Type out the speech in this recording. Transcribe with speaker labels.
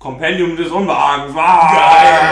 Speaker 1: Kompendium des Unbehagens. Wow.